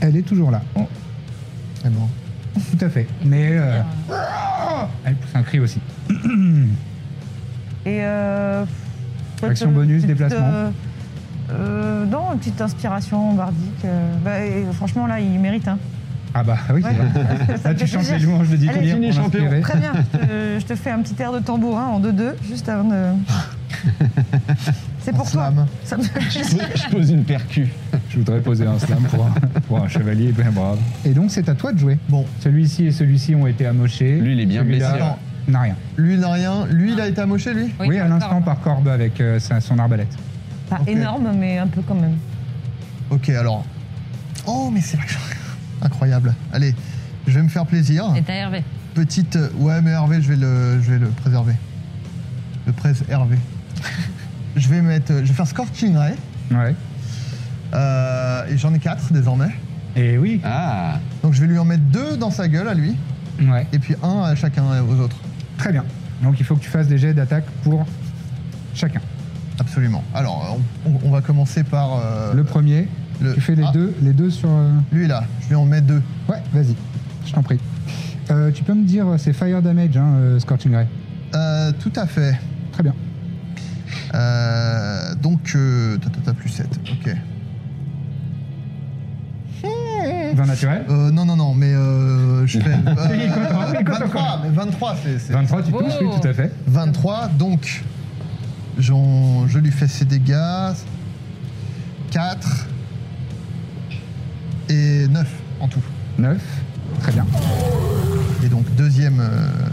Speaker 2: Elle est toujours là.
Speaker 3: Et bon.
Speaker 2: Tout à fait. Mais euh, elle pousse un cri aussi.
Speaker 4: Et euh, peut-être,
Speaker 2: Action
Speaker 4: euh,
Speaker 2: bonus,
Speaker 4: petite,
Speaker 2: déplacement.
Speaker 4: euh, euh, non, une petite inspiration bardique. euh, bah, et franchement, là, il mérite. hein.
Speaker 2: Ah bah oui,
Speaker 4: Ouais.
Speaker 2: c'est vrai.
Speaker 4: Ça me
Speaker 2: Là, Ah, tu
Speaker 4: fait
Speaker 2: chantes les
Speaker 4: plaisir.
Speaker 2: louanges de
Speaker 4: Allez,
Speaker 2: Didier
Speaker 6: fini,
Speaker 2: pour
Speaker 6: champion.
Speaker 2: l'inspirer.
Speaker 4: Très bien. je, te, je te fais un petit air de tambourin en 2-2, juste avant de. C'est
Speaker 3: En
Speaker 4: pour toi.
Speaker 3: slam.
Speaker 4: Ça me fait plaisir.
Speaker 6: Je pose une percu.
Speaker 2: Je voudrais poser un slam pour un, pour un chevalier bien brave. Et donc, c'est à toi de jouer.
Speaker 3: Bon,
Speaker 2: Celui-ci et celui-ci ont été amochés.
Speaker 6: Lui, il est bien
Speaker 2: Celui-là
Speaker 6: blessé, hein.
Speaker 2: N'a rien.
Speaker 3: lui, il n'a rien. Lui, il a été amoché, lui
Speaker 2: Oui, à l'instant par corbe avec euh, sa- son arbalète.
Speaker 4: Pas
Speaker 3: Ok.
Speaker 4: énorme, mais un peu quand même.
Speaker 3: Ok, alors. Oh, mais c'est vrai que j'en ai un. Incroyable. Allez, je vais me faire plaisir.
Speaker 5: Et t'as Hervé.
Speaker 3: Petite. Ouais, mais Hervé, je vais le, je vais le préserver. Le préserver. je vais mettre. Je vais faire Scorching Ray.
Speaker 2: Ouais.
Speaker 3: Euh, et j'en ai 4 désormais.
Speaker 2: Et oui.
Speaker 6: Ah
Speaker 3: Donc je vais lui en mettre deux dans sa gueule à lui,
Speaker 2: Ouais.
Speaker 3: et puis un à chacun aux autres.
Speaker 2: Très bien. Donc, il faut que tu fasses des jets d'attaque pour chacun.
Speaker 3: Absolument. Alors on, on- on va commencer par euh,
Speaker 2: le premier.
Speaker 3: le-
Speaker 2: Tu fais les
Speaker 3: Ah.
Speaker 2: deux, les deux sur. euh,
Speaker 3: lui là. Je vais en mettre deux.
Speaker 2: Ouais, vas-y. Je t'en prie. Euh, tu peux me dire, c'est fire damage, hein, euh, Scorching Ray.
Speaker 3: Euh, tout à fait.
Speaker 2: Très bien.
Speaker 3: Euh, donc euh, ta, ta, ta, plus 7. Ok.
Speaker 2: 20 naturel.
Speaker 3: Euh, non non non, mais euh, je fais euh,
Speaker 2: Il est content, il est content,
Speaker 3: 23. Mais 23, c'est c'est-
Speaker 2: 23, tu touches, oui,
Speaker 5: Oh.
Speaker 2: tout à fait.
Speaker 3: 23. Donc j'en- je lui fais ses dégâts. 4 et 9 en tout.
Speaker 2: 9. Très bien.
Speaker 3: Et donc deuxième euh,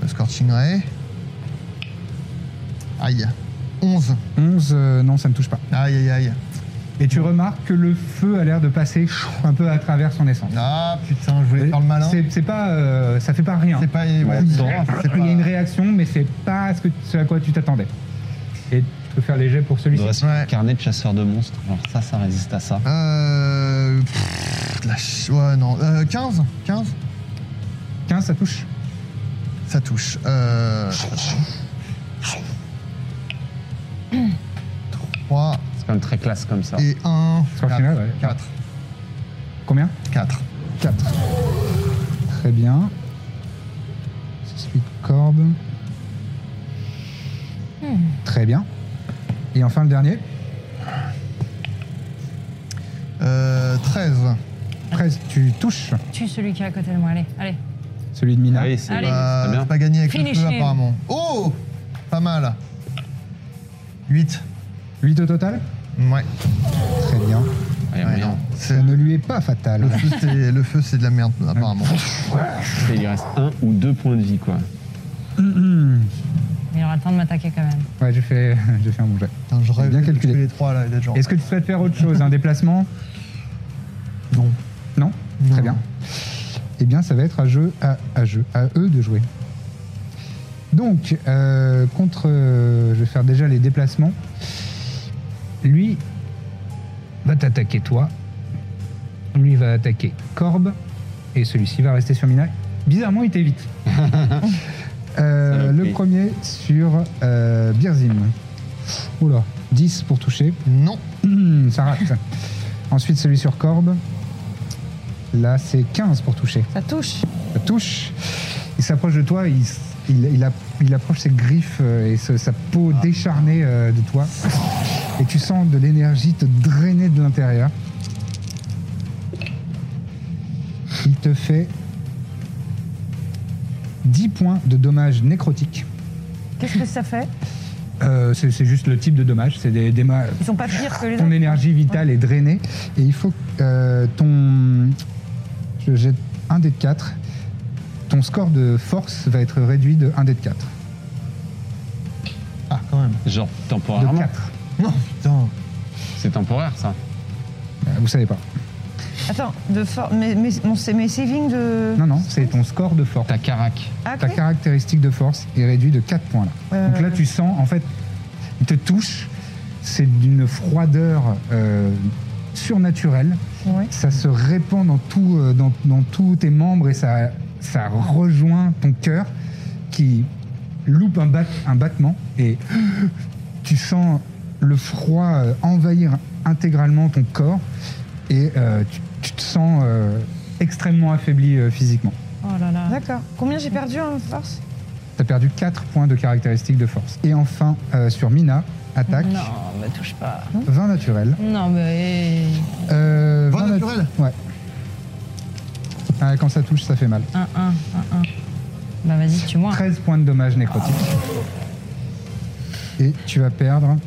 Speaker 3: Scorching Ray. Aïe. 11.
Speaker 2: 11, euh, non, ça ne touche pas.
Speaker 3: Aïe aïe aïe.
Speaker 2: Et tu remarques que le feu a l'air de passer chou, un peu à travers son essence.
Speaker 3: Ah putain, je voulais faire le malin.
Speaker 2: C'est c'est pas, euh, ça fait pas rien.
Speaker 3: C'est pas. ouais,
Speaker 2: Il
Speaker 3: c'est
Speaker 2: y a-
Speaker 3: pas- c'est
Speaker 2: il y a une
Speaker 3: pas-
Speaker 2: réaction, mais c'est pas ce, que, ce à quoi tu t'attendais. Et tu peux faire les jets pour
Speaker 6: Il
Speaker 2: celui-ci.
Speaker 6: devrait se faire un
Speaker 3: Ouais.
Speaker 6: carnet de chasseur de monstres. Genre ça, ça résiste à ça.
Speaker 3: Euh. pff, de la ch- Ouais, non. Euh, 15 15
Speaker 2: 15, ça touche.
Speaker 3: Ça touche. Euh. 3
Speaker 6: C'est quand même très classe comme ça.
Speaker 3: et 1.
Speaker 2: Score final, ouais.
Speaker 3: 4.
Speaker 2: Combien
Speaker 3: 4.
Speaker 2: 4. Très bien. C'est celui de corde. Très bien. Et enfin le dernier,
Speaker 3: Euh. 13.
Speaker 2: 13. Tu touches
Speaker 5: Tue celui qui est à côté de moi, allez, allez.
Speaker 2: celui de Mina.
Speaker 6: Ah oui, c'est
Speaker 5: Allez.
Speaker 3: Bah,
Speaker 6: c'est bien.
Speaker 3: c'est pas gagné avec
Speaker 5: Finish
Speaker 3: le feu
Speaker 5: him.
Speaker 3: apparemment. Oh Pas mal. 8.
Speaker 2: 8 au total
Speaker 3: Ouais.
Speaker 2: Très bien.
Speaker 6: Ah, y a
Speaker 3: Ouais,
Speaker 6: moyen.
Speaker 3: non. C'est-
Speaker 2: Ça ne lui est pas fatal.
Speaker 3: Le feu, c'est- le feu, c'est de la merde, apparemment.
Speaker 6: Et il reste un ou deux points de vie, quoi.
Speaker 5: Mais il aura le temps de m'attaquer quand même.
Speaker 2: Ouais, j'ai fait, j'ai fait un bon jet.
Speaker 3: Putain, je rêve
Speaker 2: bien
Speaker 3: de
Speaker 2: calculé.
Speaker 3: tuer les trois, là, et d'être genre...
Speaker 2: Est-ce que tu souhaites faire autre chose Un déplacement
Speaker 3: Non.
Speaker 2: Non
Speaker 3: Non.
Speaker 2: Très bien. Eh bien, ça va être à, jeu, à, à jeu, à eux de jouer. Donc, euh, contre. euh, je vais faire déjà les déplacements. Lui va t'attaquer, toi. Lui va attaquer Corbe. Et celui-ci va rester sur Mina. Bizarrement, il t'évite. Euh, le
Speaker 6: Saloperie.
Speaker 2: premier sur euh, Birzim. Oula, 10 pour toucher.
Speaker 3: Non.
Speaker 2: Hum, ça rate. Ensuite, celui sur Corbe. Là, c'est 15 pour toucher.
Speaker 4: Ça touche.
Speaker 2: Ça touche. Il s'approche de toi, il, s- il, il app- il approche ses griffes euh, et ce- sa peau décharnée euh, de toi. Et tu sens de l'énergie te drainer de l'intérieur. Il te fait 10 points de dommages nécrotiques.
Speaker 4: Qu'est-ce que ça fait
Speaker 2: Euh, c'est c'est juste le type de dommage, c'est des, des ma-
Speaker 4: Ils sont pas pires que les
Speaker 2: ton
Speaker 4: autres.
Speaker 2: énergie vitale est drainée et il faut que, euh, ton. Je jette un dé de 4. Ton score de force va être réduit de 1 dé de 4.
Speaker 3: Ah, quand même.
Speaker 6: Genre
Speaker 2: De
Speaker 6: temporairement.
Speaker 2: 4.
Speaker 3: Non, putain.
Speaker 6: C'est temporaire, ça.
Speaker 2: Euh, Vous savez pas.
Speaker 4: Attends, de for... mais, mais, mon, c'est mes savings de.
Speaker 2: Non, non, c'est ton score de force.
Speaker 6: T'as Carac.
Speaker 4: Ah, ok.
Speaker 2: Ta caractéristique de force est réduite de 4 points là.
Speaker 4: Euh,
Speaker 2: Donc là, tu sens, en fait, il te touche C'est d'une froideur euh, surnaturelle.
Speaker 4: Ouais.
Speaker 2: Ça se répand dans, tout, euh, dans, dans tous tes membres et ça, ça rejoint ton cœur qui loupe un, bat- un battement et tu sens le froid euh, envahir intégralement ton corps et euh, tu, tu te sens euh, extrêmement affaibli euh, physiquement.
Speaker 5: Oh là là.
Speaker 4: D'accord. Combien j'ai perdu en force
Speaker 2: Tu as perdu 4 points de caractéristiques de force. Et enfin, euh, sur Mina, attaque,
Speaker 5: Non, me touche pas. Mm.
Speaker 2: 20 naturel.
Speaker 5: Non, mais.
Speaker 2: Euh,
Speaker 3: 20
Speaker 2: 20 nat-
Speaker 3: naturel
Speaker 2: Ouais. Ah, quand ça touche, ça fait mal.
Speaker 5: 1, 1, 1, 1. Bah vas-y, tue-moi.
Speaker 2: 13 points de dommages nécrotiques. Et tu vas perdre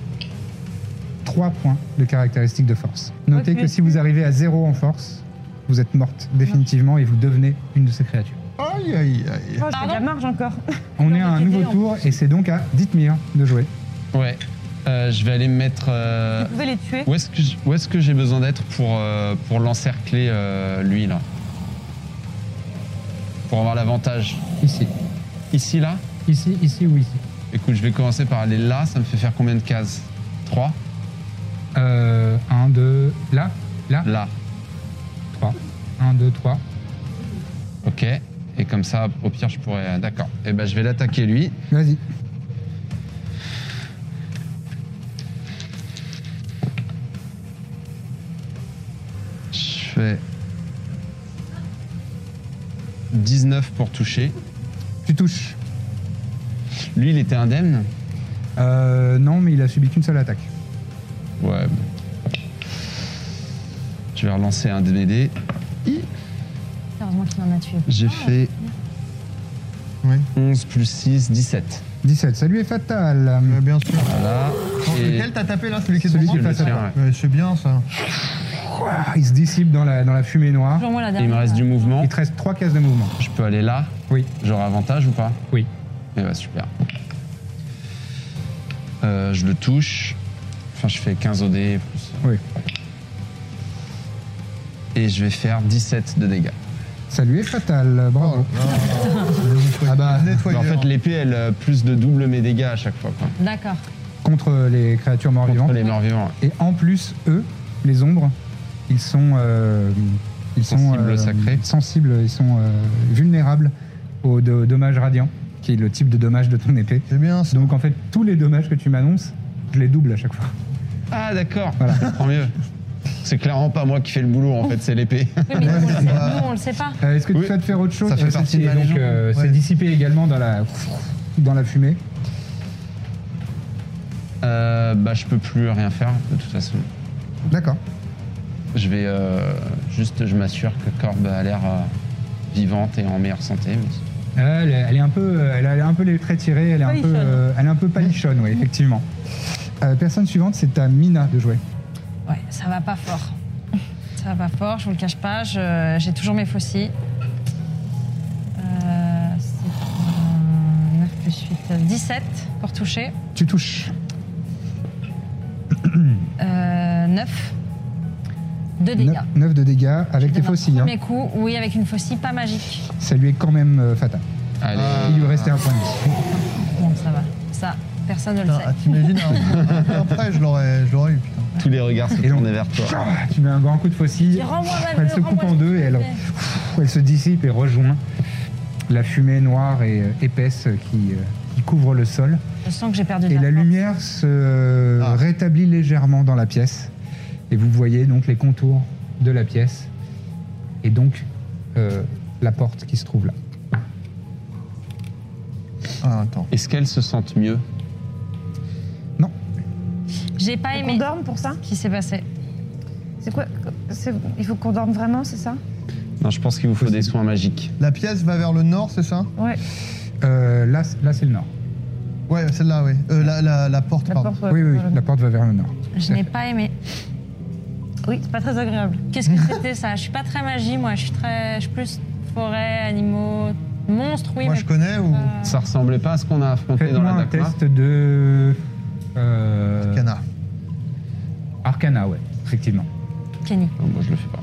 Speaker 2: 3 points de caractéristiques de force. Notez
Speaker 5: Ok.
Speaker 2: que si vous arrivez à 0 en force, vous êtes morte définitivement et vous devenez une de ces créatures.
Speaker 3: Aïe, aïe, aïe.
Speaker 4: Oh, j'ai de la marge encore.
Speaker 5: Ah,
Speaker 2: On
Speaker 5: Non,
Speaker 2: est à un
Speaker 5: mais
Speaker 2: nouveau
Speaker 5: t'es
Speaker 2: tour et c'est donc à Dithmir de jouer.
Speaker 6: Ouais. Euh, je vais aller me mettre. euh,
Speaker 4: Vous pouvez les tuer.
Speaker 6: où est-ce que j- où est-ce que j'ai besoin d'être pour, euh, pour l'encercler, euh, lui, là Pour avoir l'avantage
Speaker 2: Ici.
Speaker 6: Ici, là
Speaker 2: Ici, ici ou ici
Speaker 6: Écoute, je vais commencer par aller là. Ça me fait faire combien de cases 3
Speaker 2: euh, 1, 2, là, là,
Speaker 6: Là.
Speaker 2: 3. 1, 2, 3.
Speaker 6: Ok. Et comme ça, au pire, je pourrais. D'accord. Et ben, je vais l'attaquer, lui.
Speaker 2: Vas-y.
Speaker 6: Je fais 19 pour toucher.
Speaker 2: Tu touches.
Speaker 6: Lui, il était indemne.
Speaker 2: Euh, non, mais il a subi qu'une seule attaque.
Speaker 6: Ouais. bon. Je vais relancer un DVD.
Speaker 5: Heureusement qu'il en a tué.
Speaker 6: J'ai fait
Speaker 3: Ouais.
Speaker 6: 11 plus 6, 17.
Speaker 2: 17, ça lui est fatal.
Speaker 3: Ouais, bien sûr.
Speaker 6: Voilà.
Speaker 3: Attends,
Speaker 6: Et-
Speaker 3: Lequel t'as tapé là Celui qui est
Speaker 2: Celui
Speaker 3: devant
Speaker 2: qui est
Speaker 3: moi
Speaker 2: face à
Speaker 6: tien,
Speaker 3: Ouais, C'est bien ça.
Speaker 2: Ouah, Ah, il se dissipe dans la, dans la fumée noire.
Speaker 5: Toujours moi la
Speaker 6: Il
Speaker 5: dernière.
Speaker 6: me reste du mouvement.
Speaker 2: Il te reste 3 cases de mouvement.
Speaker 6: Je peux aller là.
Speaker 2: Oui.
Speaker 6: J'aurai avantage ou pas
Speaker 2: Oui.
Speaker 6: Eh bah super. Euh, je le touche. Enfin, je fais 15 OD. Plus... euh,
Speaker 2: Oui.
Speaker 6: Et je vais faire 17 de dégâts.
Speaker 2: Ça lui est fatal, euh, bravo.
Speaker 6: Oh.
Speaker 2: Ah bah,
Speaker 6: Mais en fait,
Speaker 3: les...
Speaker 6: l'épée, elle euh, plus de double mes dégâts à chaque fois. Quoi.
Speaker 5: D'accord.
Speaker 2: contre les créatures
Speaker 6: Contre
Speaker 2: mort-vivantes.
Speaker 6: les morts vivants.
Speaker 2: Et en plus, eux, les ombres, ils sont, euh, ils sont euh,
Speaker 6: Sensibles au sacré.
Speaker 2: sensibles, ils sont euh, vulnérables aux do- dommages radiants, qui est le type de dommage de ton épée.
Speaker 3: C'est bien ça.
Speaker 2: Donc en fait, tous les dommages que tu m'annonces, je les double à chaque fois.
Speaker 6: Ah, d'accord. Je comprends mieux. C'est clairement pas moi qui fais le boulot, en fait, c'est l'épée.
Speaker 5: Oui, mais nous, on le sait-
Speaker 3: Ouais.
Speaker 5: nous, on le sait pas.
Speaker 2: Euh, Est-ce que tu
Speaker 6: Oui.
Speaker 2: souhaites faire autre chose
Speaker 6: Ça fait
Speaker 2: Euh,
Speaker 6: partie
Speaker 2: ceci
Speaker 6: de
Speaker 2: est
Speaker 6: la
Speaker 2: donc,
Speaker 6: légende.
Speaker 2: euh,
Speaker 3: Ouais.
Speaker 2: C'est dissipé également dans la, dans la fumée.
Speaker 6: Euh, bah, je peux plus rien faire, de toute façon.
Speaker 2: D'accord.
Speaker 6: Je vais euh, juste, je m'assure que Corbe a l'air euh, vivante et en meilleure santé. mais-
Speaker 2: Elle, est- elle est un peu, elle a un peu les traits tirés, elle est un peu,
Speaker 4: Palichonne.
Speaker 2: euh, elle est un peu palichonne, oui, effectivement. Euh, personne suivante, c'est à Mina de jouer.
Speaker 5: Ouais, ça va pas fort. Ça va pas fort, je vous le cache pas. je- J'ai toujours mes faucilles. Euh, c'est un 9 plus 8, 17 pour toucher.
Speaker 2: Tu touches.
Speaker 5: Euh, 9. 2 dégâts.
Speaker 2: 9, de dégâts avec tes
Speaker 5: D'un
Speaker 2: faucilles. hein.
Speaker 5: Premier coup, oui, avec une faucille pas magique.
Speaker 2: Ça lui est quand même euh, fatal.
Speaker 6: Allez.
Speaker 2: Il lui restait un point de vie.
Speaker 5: Bon, ça va. Ça, personne ne le
Speaker 3: Putain,
Speaker 5: sait.
Speaker 3: ah, T'imagines un- un- Après, je l'aurais je l'aurais eu, putain.
Speaker 6: Tous les regards se
Speaker 2: Et donc-
Speaker 6: tournent vers toi.
Speaker 2: Ah, Tu mets un grand coup de faucille.
Speaker 5: Et renvoie ma-
Speaker 2: Elle se coupe
Speaker 5: renvoie-
Speaker 2: en deux et elle, elle se dissipe et rejoint la fumée noire et euh, épaisse qui, euh, qui couvre le sol.
Speaker 5: Je sens que j'ai perdu de
Speaker 2: Et la
Speaker 5: force.
Speaker 2: lumière se euh,
Speaker 3: Ah.
Speaker 2: rétablit légèrement dans la pièce. Et vous voyez donc les contours de la pièce. Et donc euh, la porte qui se trouve là.
Speaker 3: Ah, attends.
Speaker 6: Est-ce qu'elles se sentent mieux
Speaker 5: J'ai pas
Speaker 4: Faut
Speaker 5: aimé
Speaker 4: qu'on dorme pour ça
Speaker 5: ce qui s'est passé.
Speaker 4: C'est quoi c'est- Il faut qu'on dorme vraiment, c'est ça
Speaker 6: Non, je pense qu'il vous faut des soins magiques.
Speaker 3: La pièce va vers le nord, c'est ça
Speaker 4: Ouais.
Speaker 2: Euh, là, c- là c'est le nord.
Speaker 3: Ouais, celle-là, oui. Euh, la, la- la porte,
Speaker 4: La
Speaker 3: pardon.
Speaker 4: porte, ouais,
Speaker 2: oui, oui,
Speaker 4: voilà.
Speaker 2: la porte va vers le nord.
Speaker 5: Je n'ai pas aimé.
Speaker 4: Oui, c'est pas très agréable.
Speaker 5: Qu'est-ce que c'était ça Je suis pas très magie, moi. Je suis très, je suis plus forêt, animaux, monstres, oui.
Speaker 3: Moi,
Speaker 5: mais
Speaker 3: je connais ou
Speaker 4: Euh,
Speaker 5: pas- euh,
Speaker 6: Ça ressemblait pas à ce qu'on a affronté dans
Speaker 2: Faites-moi
Speaker 6: la
Speaker 2: un
Speaker 6: Dakma
Speaker 2: test de. euh,
Speaker 3: Cana.
Speaker 2: Arcana, ouais, effectivement.
Speaker 5: Kenny.
Speaker 6: Non, Moi, je le fais pas.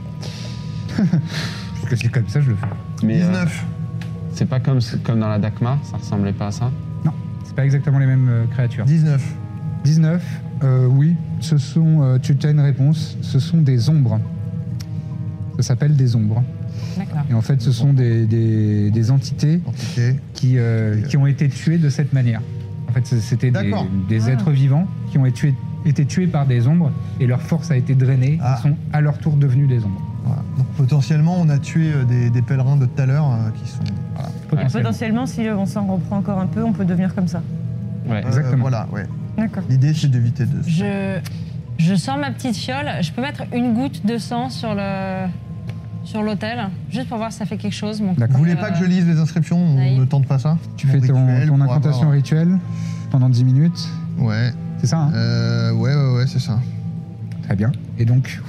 Speaker 2: Parce que c'est comme ça, je le fais.
Speaker 6: Mais euh,
Speaker 3: 19.
Speaker 6: c'est pas comme, comme dans la Dakma, ça ressemblait pas à ça.
Speaker 2: Non, c'est pas exactement les mêmes euh, créatures.
Speaker 3: 19.
Speaker 2: 19, euh, oui, ce sont. euh, tu as une réponse, ce sont des ombres. Ça s'appelle des ombres.
Speaker 5: D'accord.
Speaker 2: Et en fait, ce sont des, des- des entités
Speaker 3: Entité.
Speaker 2: qui, euh, qui ont été tuées de cette manière. En fait, c'était des,
Speaker 3: D'accord.
Speaker 2: des êtres vivants qui ont été tués, été tués par des ombres et leur force a été drainée.
Speaker 3: Ah.
Speaker 2: Ils sont à leur tour devenus des ombres.
Speaker 3: Voilà. Donc potentiellement, on a tué euh, des, des pèlerins de tout à l'heure euh, qui sont. voilà.
Speaker 2: potentiellement.
Speaker 4: Potentiellement, si on s'en reprend encore un peu, on peut devenir comme ça.
Speaker 6: Ouais.
Speaker 3: Euh,
Speaker 2: Exactement.
Speaker 3: voilà, ouais.
Speaker 4: D'accord.
Speaker 3: L'idée, c'est d'éviter de.
Speaker 5: Je, je sors ma petite fiole. Je peux mettre une goutte de sang sur le sur l'autel, juste pour voir si ça fait quelque chose. Mon
Speaker 2: D'accord.
Speaker 3: Vous voulez
Speaker 5: euh,
Speaker 3: pas que je lise les inscriptions On
Speaker 5: Naïf.
Speaker 3: ne tente pas ça
Speaker 2: Tu fais ton, ton incantation rituelle pendant 10 minutes.
Speaker 3: Ouais,
Speaker 2: C'est ça, hein
Speaker 3: euh, ouais, ouais, ouais, c'est ça.
Speaker 2: Très bien. Et donc,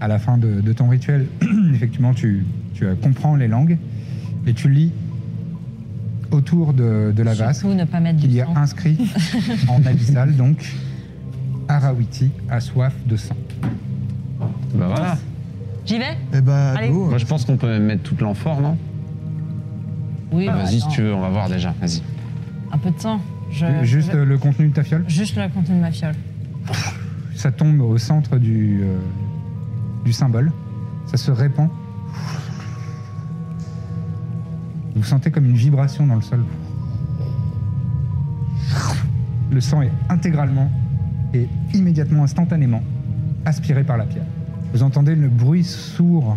Speaker 2: à la fin de, de ton rituel, effectivement, tu, tu euh, comprends les langues et tu lis autour de, de la vasque
Speaker 5: surtout ne pas mettre
Speaker 2: qu'il
Speaker 5: du
Speaker 2: y a
Speaker 5: sang.
Speaker 2: inscrit en abyssal, donc Arawiti, à soif de sang.
Speaker 6: Bah voilà.
Speaker 5: J'y vais
Speaker 3: Eh bah,
Speaker 4: Allez.
Speaker 3: go, euh,
Speaker 6: Moi, je pense qu'on peut même mettre toute l'amphore, non
Speaker 5: Oui. bah,
Speaker 6: Ah, Vas-y, si
Speaker 5: attends,
Speaker 6: tu veux, on va voir déjà. Vas-y.
Speaker 5: Un peu de sang. Je,
Speaker 2: Juste
Speaker 5: je-
Speaker 2: euh, le contenu de ta fiole,
Speaker 5: juste le contenu de ma fiole.
Speaker 2: ça tombe au centre du, euh, du symbole, ça se répand. Vous sentez comme une vibration dans le sol. Le sang est intégralement et immédiatement, instantanément, aspiré par la pierre. Vous entendez le bruit sourd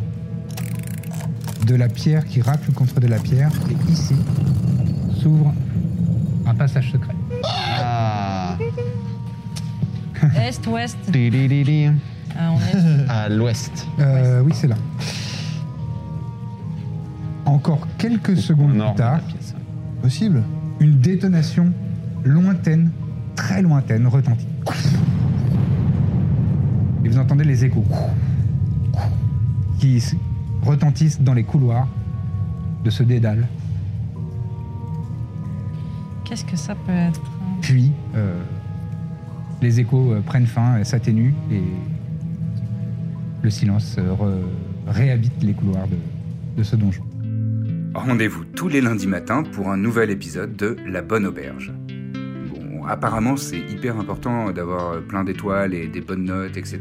Speaker 2: de la pierre qui racle contre de la pierre, et ici s'ouvre un passage secret.
Speaker 6: Ah.
Speaker 5: Est, ouest.
Speaker 6: Tidididi.
Speaker 5: euh, on est-
Speaker 6: À l'ouest.
Speaker 2: Euh, oui, c'est là. Encore quelques secondes
Speaker 6: Nord
Speaker 2: plus
Speaker 6: de la
Speaker 2: tard,
Speaker 6: pièce.
Speaker 3: possible.
Speaker 2: une détonation lointaine, très lointaine, retentit. Et vous entendez les échos qui s- retentissent dans les couloirs de ce dédale.
Speaker 5: Qu'est-ce que ça peut être hein?
Speaker 2: Puis, euh, les échos euh, prennent fin, euh, s'atténuent et le silence euh, re- réhabite les couloirs de- de ce donjon.
Speaker 1: Rendez-vous tous les lundis matins pour un nouvel épisode de La Bonne Auberge. Bon, apparemment, c'est hyper important d'avoir euh, plein d'étoiles et des bonnes notes, etc.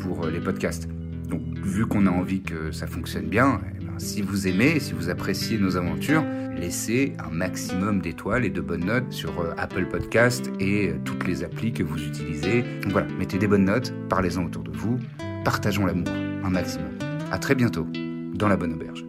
Speaker 1: pour euh, les podcasts. Donc, vu qu'on a envie que ça fonctionne bien, eh ben, si vous aimez, si vous appréciez nos aventures, laissez un maximum d'étoiles et de bonnes notes sur euh, Apple Podcast et euh, toutes les applis que vous utilisez. Donc voilà, mettez des bonnes notes, parlez-en autour de vous, partageons l'amour un maximum. À très bientôt dans La Bonne Auberge.